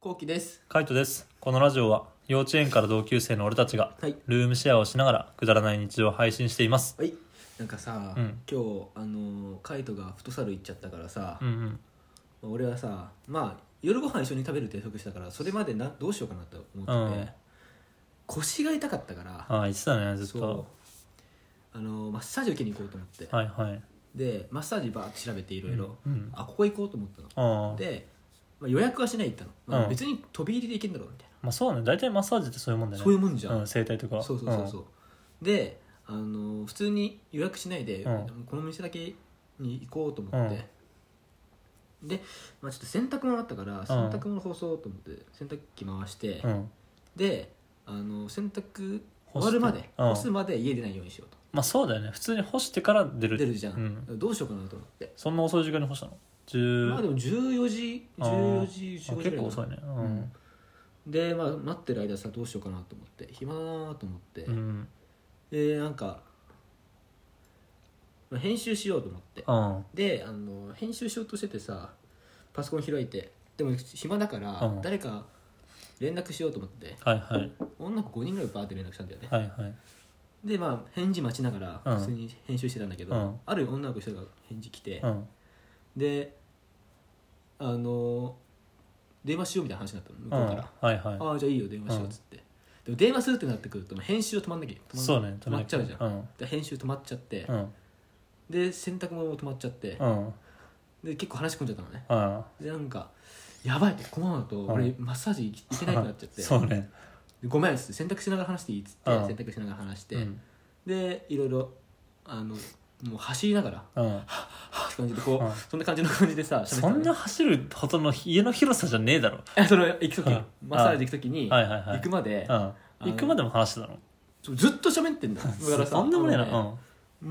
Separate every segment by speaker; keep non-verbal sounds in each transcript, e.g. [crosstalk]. Speaker 1: こうきです。
Speaker 2: カイトですこのラジオは幼稚園から同級生の俺たちが
Speaker 1: はい。
Speaker 2: ルームシェアをしながらくだらない日常を配信しています
Speaker 1: はい。なんかさ、
Speaker 2: うん
Speaker 1: 今日あのーカイトがフットサル行っちゃったからさ、
Speaker 2: うんうん
Speaker 1: まあ俺はさ、まあ夜ご飯一緒に食べる定食したから、それまでなどうしようかなと思ってて、
Speaker 2: うん
Speaker 1: 腰が痛かったから、
Speaker 2: ああ言ってたねずっ
Speaker 1: そう
Speaker 2: と。
Speaker 1: あのーマッサージ受けに行こうと思って、
Speaker 2: はいはい
Speaker 1: でマッサージバーって調べていろいろ、
Speaker 2: うんうん
Speaker 1: あここ行こうと思ったの。
Speaker 2: ああ
Speaker 1: で、まあ、予約はしないって言ったの、まあ
Speaker 2: うん
Speaker 1: 別に飛び入りで行けんだろうみたい
Speaker 2: まあそうね大体マッサージってそういうもんだ
Speaker 1: な、
Speaker 2: よね
Speaker 1: そういうもんじゃん
Speaker 2: う、ん整体とか
Speaker 1: そうそうそうそう、であの普通に予約しないで、
Speaker 2: うん
Speaker 1: この店だけに行こうと思って、で、まあ、ちょっと洗濯物あったから洗濯物干そうと思って洗濯機回して、
Speaker 2: うん、うん
Speaker 1: であの洗濯
Speaker 2: 干
Speaker 1: 終
Speaker 2: して
Speaker 1: わるまで
Speaker 2: うん
Speaker 1: 干すまで家出ないようにしよう
Speaker 2: まあそうだよね普通に干してから出
Speaker 1: と
Speaker 2: る
Speaker 1: 出るじゃん、
Speaker 2: うん、
Speaker 1: どうしようかなと思って
Speaker 2: そんな遅い時間に干したの
Speaker 1: まあで
Speaker 2: 10
Speaker 1: も14時14時
Speaker 2: あ
Speaker 1: 15時ぐらい
Speaker 2: 結構遅いねうん、うん
Speaker 1: で、まあ、待ってる間さどうしようかなと思って暇だなと思って、
Speaker 2: うん
Speaker 1: でなんか、まあ、編集しようと思って
Speaker 2: うん
Speaker 1: であの編集しようとしててさパソコン開いてでも暇だから、
Speaker 2: うん
Speaker 1: 誰か連絡しようと思って
Speaker 2: はいはい
Speaker 1: 女の子5人ぐらいバーって連絡したんだよね、
Speaker 2: はいはい
Speaker 1: でまあ返事待ちなが
Speaker 2: う
Speaker 1: ら
Speaker 2: ん
Speaker 1: 普通に編集してたんだけど、
Speaker 2: うん
Speaker 1: ある女の子一人が返事来て、
Speaker 2: うん
Speaker 1: であの電話しようみたいな話になったの向
Speaker 2: う
Speaker 1: こ
Speaker 2: ん
Speaker 1: うから、
Speaker 2: はいは
Speaker 1: ああじゃあいいよ電話しようっつって、でも電話するってなってくるともう編集を止まんなきゃ
Speaker 2: い
Speaker 1: 止まん
Speaker 2: そうね
Speaker 1: 止まっちゃうじゃん、
Speaker 2: うん
Speaker 1: で編集止まっちゃって、
Speaker 2: うん
Speaker 1: で洗濯物も止まっちゃって、
Speaker 2: うん
Speaker 1: で結構話し込んじゃったのね
Speaker 2: あ
Speaker 1: でなんかやばいってこのままだと
Speaker 2: ん
Speaker 1: 俺マッサージ行けないくなっちゃって
Speaker 2: [laughs] そうね
Speaker 1: でごめんっつって洗濯しながら話していいっつって
Speaker 2: うん
Speaker 1: 洗濯しながら話して、
Speaker 2: うん
Speaker 1: でいろいろあのもう走りながら
Speaker 2: うん
Speaker 1: はぁって感じでこう、
Speaker 2: うん
Speaker 1: そんな感じの感じで
Speaker 2: [laughs]
Speaker 1: さ喋ってた
Speaker 2: そ
Speaker 1: の
Speaker 2: ん
Speaker 1: ね
Speaker 2: な走るほどの家の広さじゃねえだろ。
Speaker 1: えその行く時、
Speaker 2: うん
Speaker 1: マッサージ行く時に、
Speaker 2: はいはいは
Speaker 1: 行
Speaker 2: い
Speaker 1: く。まで、
Speaker 2: うん、行くまでも話してたの。
Speaker 1: そうずっと喋ってんだよだからさ
Speaker 2: とんでもねえな。
Speaker 1: あ
Speaker 2: う
Speaker 1: のね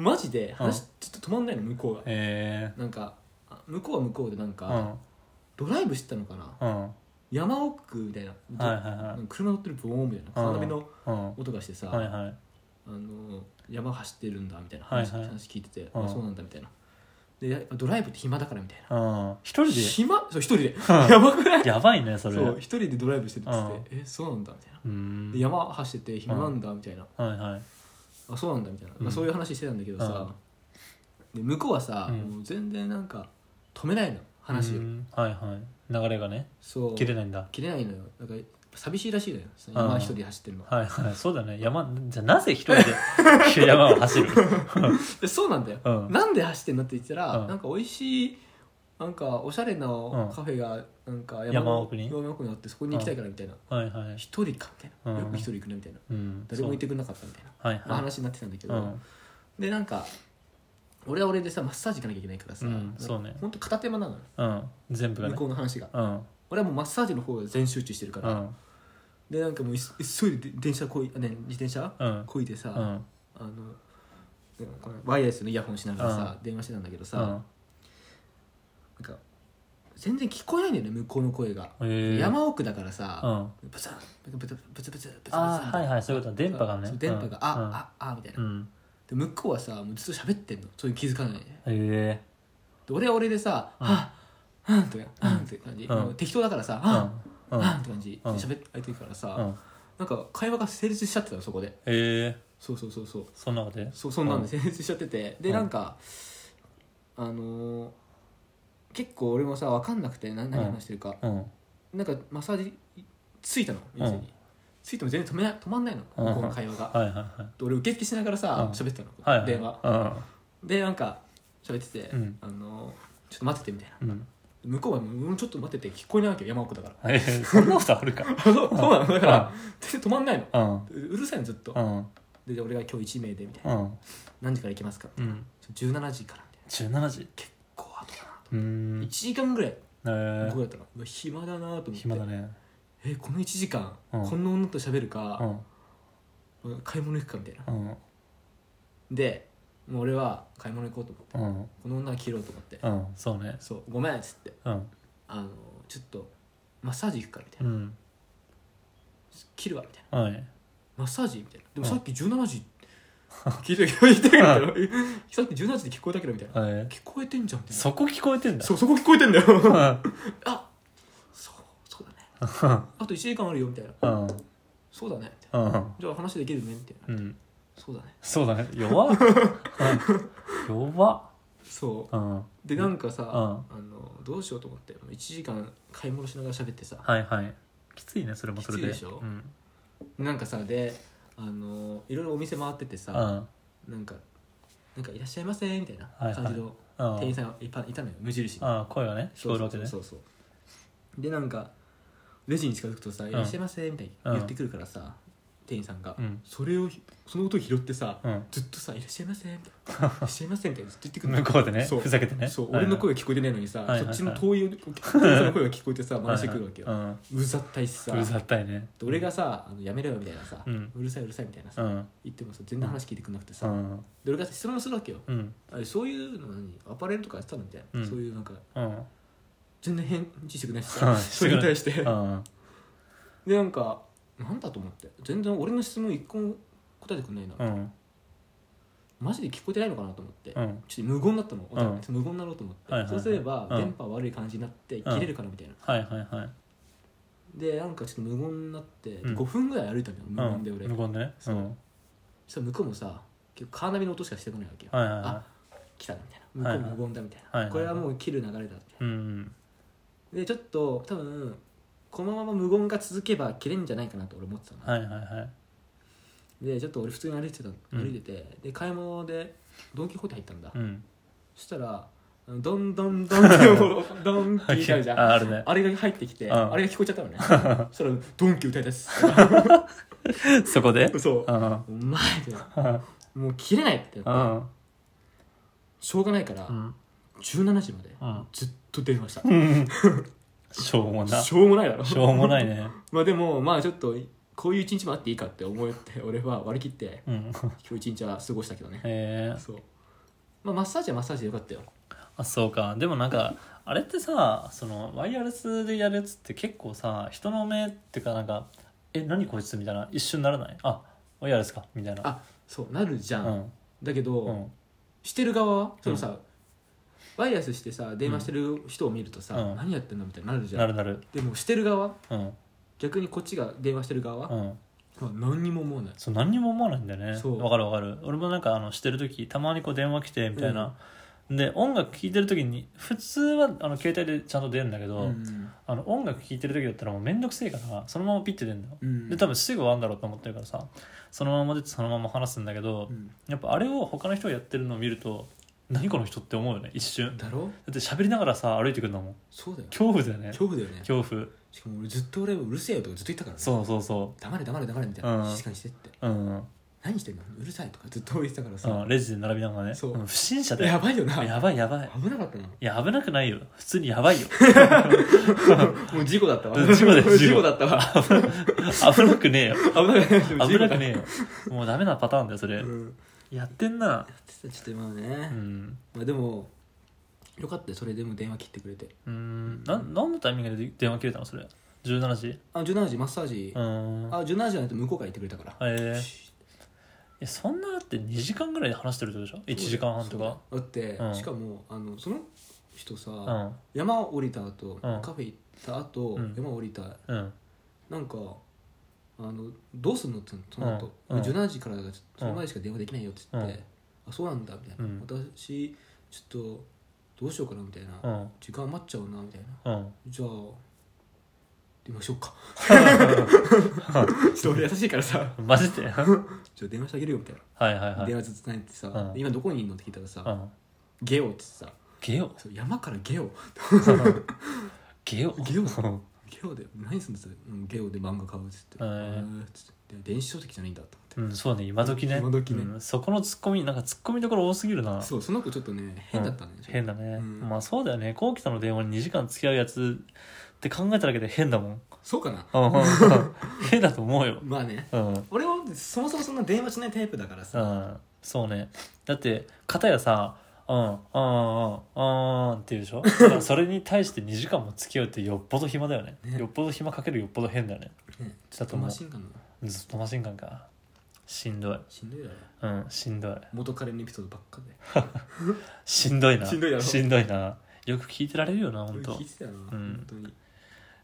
Speaker 2: ん。
Speaker 1: マジで話ちょっと止まんないの向こうが、
Speaker 2: え
Speaker 1: なんかあ向こうは向こうでなん
Speaker 2: え
Speaker 1: か、
Speaker 2: ー。
Speaker 1: ドライブしてたのかな
Speaker 2: うん。うん。
Speaker 1: 山奥みたいな、
Speaker 2: はいはいはい
Speaker 1: なんか車乗ってるボーンみたいなカーナビの
Speaker 2: うん。
Speaker 1: 音がしてさ、
Speaker 2: はいはい。
Speaker 1: あの山走ってるんだみたいな話,、
Speaker 2: はいはい
Speaker 1: 話聞いてて、
Speaker 2: うん
Speaker 1: あそうなんだみたいなでやっぱドライブって暇だからみたいな
Speaker 2: うん。一人
Speaker 1: 暇そう一人 [laughs] でやばくない
Speaker 2: でやばいね、それ。
Speaker 1: そう
Speaker 2: う
Speaker 1: 一人でドライブしてるっつって、えそうなんだみたいな
Speaker 2: ーん
Speaker 1: で。山走ってて暇なんだみたいな、
Speaker 2: はいはい。
Speaker 1: あそうなんだみたいな、
Speaker 2: う
Speaker 1: まあ、
Speaker 2: ん
Speaker 1: そういう話してたんだけどさ、で向こうはさ、
Speaker 2: うん
Speaker 1: もう全然なんか止めないの話を、
Speaker 2: うんはいはい。流れがね、
Speaker 1: そう
Speaker 2: 切れないんだ。
Speaker 1: 切れないのよなんか寂しいらしいのよその
Speaker 2: う
Speaker 1: 山
Speaker 2: ん
Speaker 1: 一人で走ってるの、
Speaker 2: はいはい。そうだね。山、じゃあなぜ一人で山を [laughs] 走る
Speaker 1: でそうなんだよ、
Speaker 2: うん
Speaker 1: なんで走ってんのって言ったら、
Speaker 2: うん
Speaker 1: なんか美味しいなんかおしゃれなカフェがなんかの
Speaker 2: 山奥に
Speaker 1: 山奥にあってそこに行きたいからみたいな
Speaker 2: はいはい。
Speaker 1: 一、人かみたいな
Speaker 2: うん
Speaker 1: よく一人行くねみたいな、
Speaker 2: うん。
Speaker 1: 誰もい
Speaker 2: て
Speaker 1: てくれなかったみたいな、
Speaker 2: はい
Speaker 1: まあ、
Speaker 2: は
Speaker 1: 話になってたんだけ
Speaker 2: い。
Speaker 1: ど、
Speaker 2: うん。
Speaker 1: でなんか俺は俺でさマッサージ行かなきゃいけないからさ、
Speaker 2: うん
Speaker 1: なんか
Speaker 2: そうね
Speaker 1: ほんと片手間なのよ
Speaker 2: うん。全部が
Speaker 1: 向
Speaker 2: ね
Speaker 1: こ。うの話が
Speaker 2: うん。
Speaker 1: 俺はもうマッサージの方が全集中してるか
Speaker 2: う
Speaker 1: ら、
Speaker 2: ん。
Speaker 1: でなんかもうい急いで電車こいあ、ね、自転車
Speaker 2: うん。
Speaker 1: こいでさ、
Speaker 2: う
Speaker 1: あ
Speaker 2: ん。
Speaker 1: のでこのワイヤレスのイヤホンしながらさ、電話してたんだけどさ、なんか全然聞こえないんだよね向こうの声が、
Speaker 2: うん。へえ。
Speaker 1: 山奥だから
Speaker 2: う
Speaker 1: さ、
Speaker 2: ん。
Speaker 1: ブツンブツブツブツブツブツブツ
Speaker 2: あーはいはいそういうことだ電波がね
Speaker 1: そう電波が、
Speaker 2: うん
Speaker 1: あ、
Speaker 2: うん
Speaker 1: ああみたいな、
Speaker 2: うん。
Speaker 1: で向こうはさもうずっと喋ってんのそういう気づかないで
Speaker 2: へえ。
Speaker 1: 俺は俺でさ「
Speaker 2: うん
Speaker 1: はあはあ」とか「はあ」って感じ、
Speaker 2: うん
Speaker 1: もう適当だからさ「
Speaker 2: う
Speaker 1: はあ
Speaker 2: ん。うん。
Speaker 1: はあ」って感じで
Speaker 2: うん
Speaker 1: 喋って相手からさ、
Speaker 2: うん。
Speaker 1: なんか会話が成立しちゃってたのそこで
Speaker 2: へえ。
Speaker 1: そうそうそうそう
Speaker 2: そんなことで
Speaker 1: そうそんなんで
Speaker 2: す。
Speaker 1: 成立しちゃっててで
Speaker 2: うん
Speaker 1: なんかあのー結構俺もさ分かんなくてな何話してるか、
Speaker 2: うん。
Speaker 1: なんかマッサージついたの店に、
Speaker 2: うん
Speaker 1: ついても全然止めない止まんないの
Speaker 2: うん
Speaker 1: 向こうの会話が、
Speaker 2: はいはいはい。
Speaker 1: で俺受付しながら
Speaker 2: うん
Speaker 1: さ喋ってたの、
Speaker 2: はいはい。
Speaker 1: 電話でなんか喋ってて、
Speaker 2: うん
Speaker 1: あのーちょっと待っててみたいな
Speaker 2: うん。うん。
Speaker 1: 向こうはもううんちょっと待ってて聞こえないわけよ山奥だから [laughs]
Speaker 2: へえそんなことあるか。
Speaker 1: そうそうなのだから全然止まんないの
Speaker 2: うん。
Speaker 1: ううるさいのずっと
Speaker 2: うん。
Speaker 1: で俺が今日1名でみたいな
Speaker 2: うん。
Speaker 1: 何時から行きますか
Speaker 2: うん。
Speaker 1: 17時からみたいな
Speaker 2: 17時。
Speaker 1: 結構後だなと
Speaker 2: うーん
Speaker 1: 1。時間ぐらい
Speaker 2: へえ
Speaker 1: 向こう。だったらうわ暇だなと思って
Speaker 2: 暇だね。
Speaker 1: えこの1時間、
Speaker 2: うん
Speaker 1: こんな女と喋る
Speaker 2: う
Speaker 1: か、
Speaker 2: ん。
Speaker 1: 買い物行くかみたいな
Speaker 2: うん。
Speaker 1: でもう俺は買い物行こうと思って
Speaker 2: うん。
Speaker 1: この女は切ろうと思って
Speaker 2: うん。そうね。
Speaker 1: そうごめんっつって
Speaker 2: うん。。
Speaker 1: あのちょっとマッサージ行くからみたいうなん切るわみたいな
Speaker 2: はい。
Speaker 1: マッサージみたいなでも
Speaker 2: うん
Speaker 1: さっき17時聞いて聞いてるだろさっき17時で聞こえたけどみたいな
Speaker 2: はい。
Speaker 1: 聞こえてんじゃんみたいな
Speaker 2: そこ聞こえてんだ。
Speaker 1: そうそこ聞こえてんだよ
Speaker 2: うん。
Speaker 1: あそうそうだね
Speaker 2: う
Speaker 1: あと1時間あるよみたいな
Speaker 2: うん
Speaker 1: そうだねみたいな
Speaker 2: うん
Speaker 1: じゃあ話できるねみたいな
Speaker 2: うん
Speaker 1: そうだね
Speaker 2: そうだね弱っうん弱っ
Speaker 1: そ
Speaker 2: うんは
Speaker 1: うでなんかさ、
Speaker 2: ん
Speaker 1: あのどうしようと思って1時間買い物しながら喋ってさ
Speaker 2: いはいきついねそれもそれ
Speaker 1: き
Speaker 2: で
Speaker 1: ついでしょ
Speaker 2: うん
Speaker 1: なんかさであのいろいろお店回ってて
Speaker 2: う
Speaker 1: さ、
Speaker 2: ん
Speaker 1: なんか「なんかいらっしゃいませ」みたいな
Speaker 2: はいはい
Speaker 1: 感じの
Speaker 2: うん
Speaker 1: 店員さんがいっぱいいたのよ無印に
Speaker 2: あ声がね聞こえるわけね
Speaker 1: そうそうそうでなんかレジに近づくとさ「いらっしゃいませ」みたいに言ってくるからさ、店員さんが、
Speaker 2: うん
Speaker 1: それをその音を拾ってさ、
Speaker 2: うん
Speaker 1: ずっとさ「いらっしゃいませ」みた
Speaker 2: [laughs]
Speaker 1: いな「いらっしゃいませ」みたいなずっと言ってくるの
Speaker 2: 向こうでね
Speaker 1: そう
Speaker 2: ふざけてね
Speaker 1: そう、
Speaker 2: はいはい
Speaker 1: 俺の声が聞こえてないのにさ、
Speaker 2: はいはい
Speaker 1: そ
Speaker 2: は
Speaker 1: っ
Speaker 2: い
Speaker 1: ちの遠いお客さんの声が聞こえてさ回してくるわけよ、
Speaker 2: はいはいう
Speaker 1: ざったいしさ
Speaker 2: うんうるさったいね
Speaker 1: で俺がさあの「やめろよ」みたいなさ、
Speaker 2: うん
Speaker 1: うるさいうるさい」みたいなさ、
Speaker 2: うん
Speaker 1: 言ってもさ全然話聞いてくれなくて
Speaker 2: う
Speaker 1: さ、
Speaker 2: ん
Speaker 1: で俺が質問するわけよ
Speaker 2: うん
Speaker 1: あれそういうの何アパレルとかやってたのみたいな、
Speaker 2: うん
Speaker 1: そういうなんか
Speaker 2: うん
Speaker 1: 全然返事してくれないし
Speaker 2: う
Speaker 1: さ
Speaker 2: ん
Speaker 1: それに対して
Speaker 2: うん
Speaker 1: でなんかなんだと思って全然俺の質問一個も答えてくれないな、
Speaker 2: うん
Speaker 1: マジで聞こえてないのかなと思って、
Speaker 2: うん
Speaker 1: ちょっと無言だったの、お互い
Speaker 2: うん
Speaker 1: 無言になろうと思って、
Speaker 2: はいはいはい
Speaker 1: そうすれば
Speaker 2: うん
Speaker 1: 電波悪い感じになって切れるからみたいな、
Speaker 2: はいはいはい
Speaker 1: でなんかちょっと無言になって、
Speaker 2: うん
Speaker 1: 5分ぐらい歩いたのよ無言で俺、
Speaker 2: うん無言でね
Speaker 1: そううん
Speaker 2: はい
Speaker 1: そしたら向こうもさ結構カーナビの音しかしてこないわけよ、
Speaker 2: はいは
Speaker 1: あ来たなみたいな向こうも無言だみたいな、
Speaker 2: はいはい
Speaker 1: これはもう切る流れだみたいな、
Speaker 2: いうん
Speaker 1: でちょっと多分このまま無言が続けば切れんじゃないかなと俺思ってたの、
Speaker 2: はいはいはい
Speaker 1: でちょっと俺普通に歩いてた
Speaker 2: うん
Speaker 1: 歩いてて、で買い物でドン・キホーテ入ったんだ、 [laughs]
Speaker 2: うん
Speaker 1: そしたら「どんどんどん」ってもうドンキーあるじゃん、
Speaker 2: ああるね
Speaker 1: あれが入ってきて、
Speaker 2: うん
Speaker 1: あれが聞こえちゃった
Speaker 2: [laughs]
Speaker 1: のねそしたら「ドンキ歌い出す」そ
Speaker 2: そこで
Speaker 1: う
Speaker 2: うん
Speaker 1: お前もう切れない」って
Speaker 2: う
Speaker 1: なって
Speaker 2: ん
Speaker 1: しょうがないから、
Speaker 2: うん
Speaker 1: 17時まで
Speaker 2: うん
Speaker 1: ずっと電話した、
Speaker 2: うん [laughs] しょうもな
Speaker 1: しょうもないだろ [laughs]
Speaker 2: しょうもないね
Speaker 1: まあでもまあちょっとこういう一日もあっていいかって思って俺は割り切って
Speaker 2: うん [laughs]
Speaker 1: 今日一日は過ごしたけどね
Speaker 2: へえ
Speaker 1: そうまあマッサージはマッサージでよかったよ
Speaker 2: あそうかでもなんかあれってさそのワイヤレスでやるやつって結構さ人の目っていうかなんか「え何こいつ」みたいな一瞬ならないあワイヤレスかみたいな
Speaker 1: あそうなるじゃ、
Speaker 2: うんん
Speaker 1: だけど、
Speaker 2: うん
Speaker 1: してる側はそのさ、ワイヤレスしてさ電話してる人を見るとさ、
Speaker 2: うん
Speaker 1: 何やってんのみたいになるじゃ
Speaker 2: なんるなる
Speaker 1: でもしてる側
Speaker 2: うん
Speaker 1: 逆にこっちが電話してる側
Speaker 2: う
Speaker 1: は、
Speaker 2: ん
Speaker 1: まあ何にも思わない
Speaker 2: そう何にも思わないんだよね
Speaker 1: そう
Speaker 2: わかるわかる俺もなんかあのしてる時たまにこう電話来てみたいな、で音楽聴いてる時に普通はあの携帯でちゃんと出るんだけど、
Speaker 1: うん
Speaker 2: あの音楽聴いてる時だったらもう面倒くせえからそのままピッて出るのよ、
Speaker 1: うん
Speaker 2: で多分すぐ終わるんだろうと思ってるからさそのまま出てそのまま話すんだけど、
Speaker 1: うん
Speaker 2: やっぱあれを他の人がやってるのを見ると何この人って思うよね一瞬だ
Speaker 1: だろ
Speaker 2: って喋りながらさ歩いてくるのもん
Speaker 1: そうだよ
Speaker 2: 恐怖だよね
Speaker 1: 恐怖だよね
Speaker 2: 恐怖
Speaker 1: しかも俺ずっと俺はうるせえよとかずっと言ったからね
Speaker 2: そうそうそ
Speaker 1: 黙れ黙れ黙れみたいな、
Speaker 2: うん
Speaker 1: 静かにしてって
Speaker 2: ううん、
Speaker 1: 何してんのうるさいとかずっと言ってたからさ、
Speaker 2: うん、レジで並びながらね
Speaker 1: そうん
Speaker 2: 不審者だよ
Speaker 1: やばいよな
Speaker 2: やばいやばい
Speaker 1: 危なかったない
Speaker 2: や危なくないよ普通にやばいよ [laughs]
Speaker 1: もう事故だったわ
Speaker 2: 事故だよ
Speaker 1: 事故だったわ
Speaker 2: 危なくねえよ
Speaker 1: 危なくない
Speaker 2: 危なくね
Speaker 1: え
Speaker 2: えよもうダメなパターンだよそれ、
Speaker 1: うん
Speaker 2: やってんな
Speaker 1: ちょっと今は
Speaker 2: う
Speaker 1: ね、
Speaker 2: ん
Speaker 1: まあでもよかったよそれでも電話切ってくれて
Speaker 2: うんな何のタイミングで電話切れたのそれ17時
Speaker 1: あ17時マッサージ、
Speaker 2: うん
Speaker 1: あ17時じゃないと向こうから言ってくれたから、
Speaker 2: ええそんなだって2時間ぐらいで話してるってことでしょ1時間半とか
Speaker 1: だって、
Speaker 2: うん
Speaker 1: しかもあのその人さ、
Speaker 2: うん
Speaker 1: 山降りた後、
Speaker 2: うん
Speaker 1: カフェ行った後、
Speaker 2: うん
Speaker 1: 山降りた
Speaker 2: うん
Speaker 1: なんかあのどうすんのって言うのその後、
Speaker 2: うんうん
Speaker 1: 17時からだからその前しか電話できないよって言って、
Speaker 2: うん
Speaker 1: あそうなんだみたいな、
Speaker 2: うん
Speaker 1: 私ちょっとどうしようかなみたいな、
Speaker 2: うん
Speaker 1: 時間余っちゃうなみたいな
Speaker 2: うん [laughs]
Speaker 1: じゃあ電話しようかちょっと俺優しいからさ
Speaker 2: マジ
Speaker 1: [laughs]
Speaker 2: ではい
Speaker 1: ちょっと電話してあげるよみたいな、
Speaker 2: はいはい
Speaker 1: 電話ずっと繋いでてさ、
Speaker 2: うん
Speaker 1: 今どこにいるのって聞いたらさ、
Speaker 2: うん
Speaker 1: ゲオってさ
Speaker 2: ゲ
Speaker 1: [laughs]
Speaker 2: オ
Speaker 1: そう山からゲオ
Speaker 2: ゲオ
Speaker 1: ゲオ
Speaker 2: うん
Speaker 1: ゲオで何すんですうんゲオで漫画買うっつって、
Speaker 2: へー
Speaker 1: ーっつって電子書籍じゃないんだと
Speaker 2: う
Speaker 1: 思って、
Speaker 2: んそうね今時ね
Speaker 1: 今時ね
Speaker 2: うんそこのツッコミなんかツッコミどころ多すぎるな
Speaker 1: そうその子ちょっとね変だったね、
Speaker 2: うん変だね
Speaker 1: うん
Speaker 2: まあそうだよねこうきたの電話に2時間付き合うやつって考えただけで変だもん
Speaker 1: そうかな
Speaker 2: うん [laughs] 変だと思うよ
Speaker 1: まあね
Speaker 2: うん
Speaker 1: 俺はそもそもそんな電話しないタイプだから
Speaker 2: う
Speaker 1: さ、
Speaker 2: んそうねだって片やさ「うんうんうんうん」って言うでしょ [laughs] だからそれに対して2時間も付き合うってよっぽど暇だよね
Speaker 1: ね
Speaker 2: よっぽど暇かけるよっぽど変だよね
Speaker 1: ね
Speaker 2: ちょっと
Speaker 1: ト
Speaker 2: も
Speaker 1: マ
Speaker 2: う
Speaker 1: シンガンの
Speaker 2: ずっとマシンガンかしんどい
Speaker 1: しんどいだろ
Speaker 2: うんしんどい
Speaker 1: 元彼のエピソードばっかで
Speaker 2: しんどいな
Speaker 1: しんどいやろ
Speaker 2: しんどいなよく聞いてられるよな本当
Speaker 1: 聞いてたよな、
Speaker 2: うん
Speaker 1: 本当に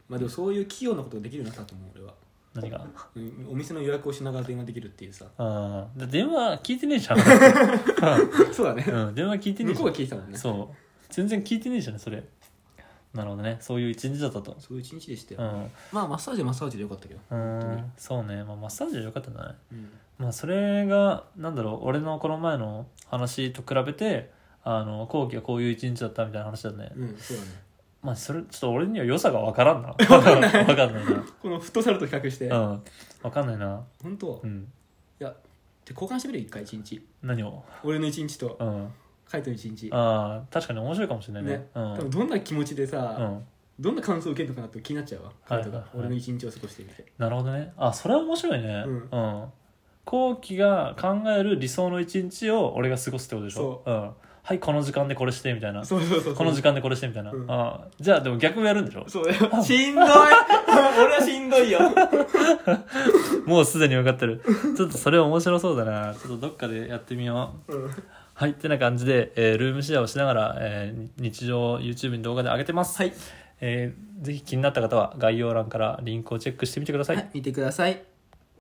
Speaker 1: まあでもそういう企業のことができるようになったと思う俺は、
Speaker 2: 何が
Speaker 1: うんお店の予約をしながら電話できるっていうさ
Speaker 2: ああ電話聞いてねえじゃん、
Speaker 1: [laughs] そうだね
Speaker 2: うん、電話聞いてねえ
Speaker 1: 向
Speaker 2: じ
Speaker 1: こ
Speaker 2: ゃ、
Speaker 1: うんが聞いてたもんねそう
Speaker 2: そう全然聞いてねえじゃんそれなるほどねそういう一日だったと
Speaker 1: いう一日でしたよ、
Speaker 2: うん
Speaker 1: まあマッサージはマッサージでよかったけど、
Speaker 2: う
Speaker 1: 当に
Speaker 2: んそうね、まあ、マッサージは良かったんじゃない
Speaker 1: うん
Speaker 2: まあそれがなんだろう俺のこの前の話と比べてあの後期はこういう一日だったみたいな話だね、
Speaker 1: うんそうだね
Speaker 2: まあそれちょっと俺には良さが分からんな分かんない分かんないな
Speaker 1: このフットサルと比較して、
Speaker 2: うん分かんないな
Speaker 1: 本当、
Speaker 2: う
Speaker 1: い
Speaker 2: ん
Speaker 1: やって交換してみる一回一日
Speaker 2: 何を
Speaker 1: 俺の一日と
Speaker 2: うん
Speaker 1: カイトの一日、
Speaker 2: ああ確かに面白いかもしれないね
Speaker 1: ね
Speaker 2: う
Speaker 1: 多分
Speaker 2: ん、
Speaker 1: どんな気持ちでさ、
Speaker 2: うん、
Speaker 1: どんな感想を受けるのかなって気になっちゃうわカイト
Speaker 2: はい
Speaker 1: が
Speaker 2: はいはい
Speaker 1: 俺の一日を過ごしてみて、
Speaker 2: なるほどねあそれは面白いね
Speaker 1: う
Speaker 2: うんん、後期が考える理想の一日を俺が過ごすってことでしょう、ん、はいこの時間でこれしてみたいな
Speaker 1: そうそうそうそう
Speaker 2: この時間でこれしてみたいな、
Speaker 1: うん
Speaker 2: ああじゃあでも逆もやるんでし
Speaker 1: [laughs]
Speaker 2: ょ
Speaker 1: そうだよしんどい俺はしんどいよ
Speaker 2: もうすでに分かってる。ちょっとそれ面白そうだな。ちょっとどっかでやってみよう。
Speaker 1: うん
Speaker 2: はい、ってな感じで、えールームシェアをしながら、えー日常 YouTube に動画で上げてます。
Speaker 1: はい
Speaker 2: えーぜひ気になった方は概要欄からリンクをチェックしてみてください。
Speaker 1: はい、見てください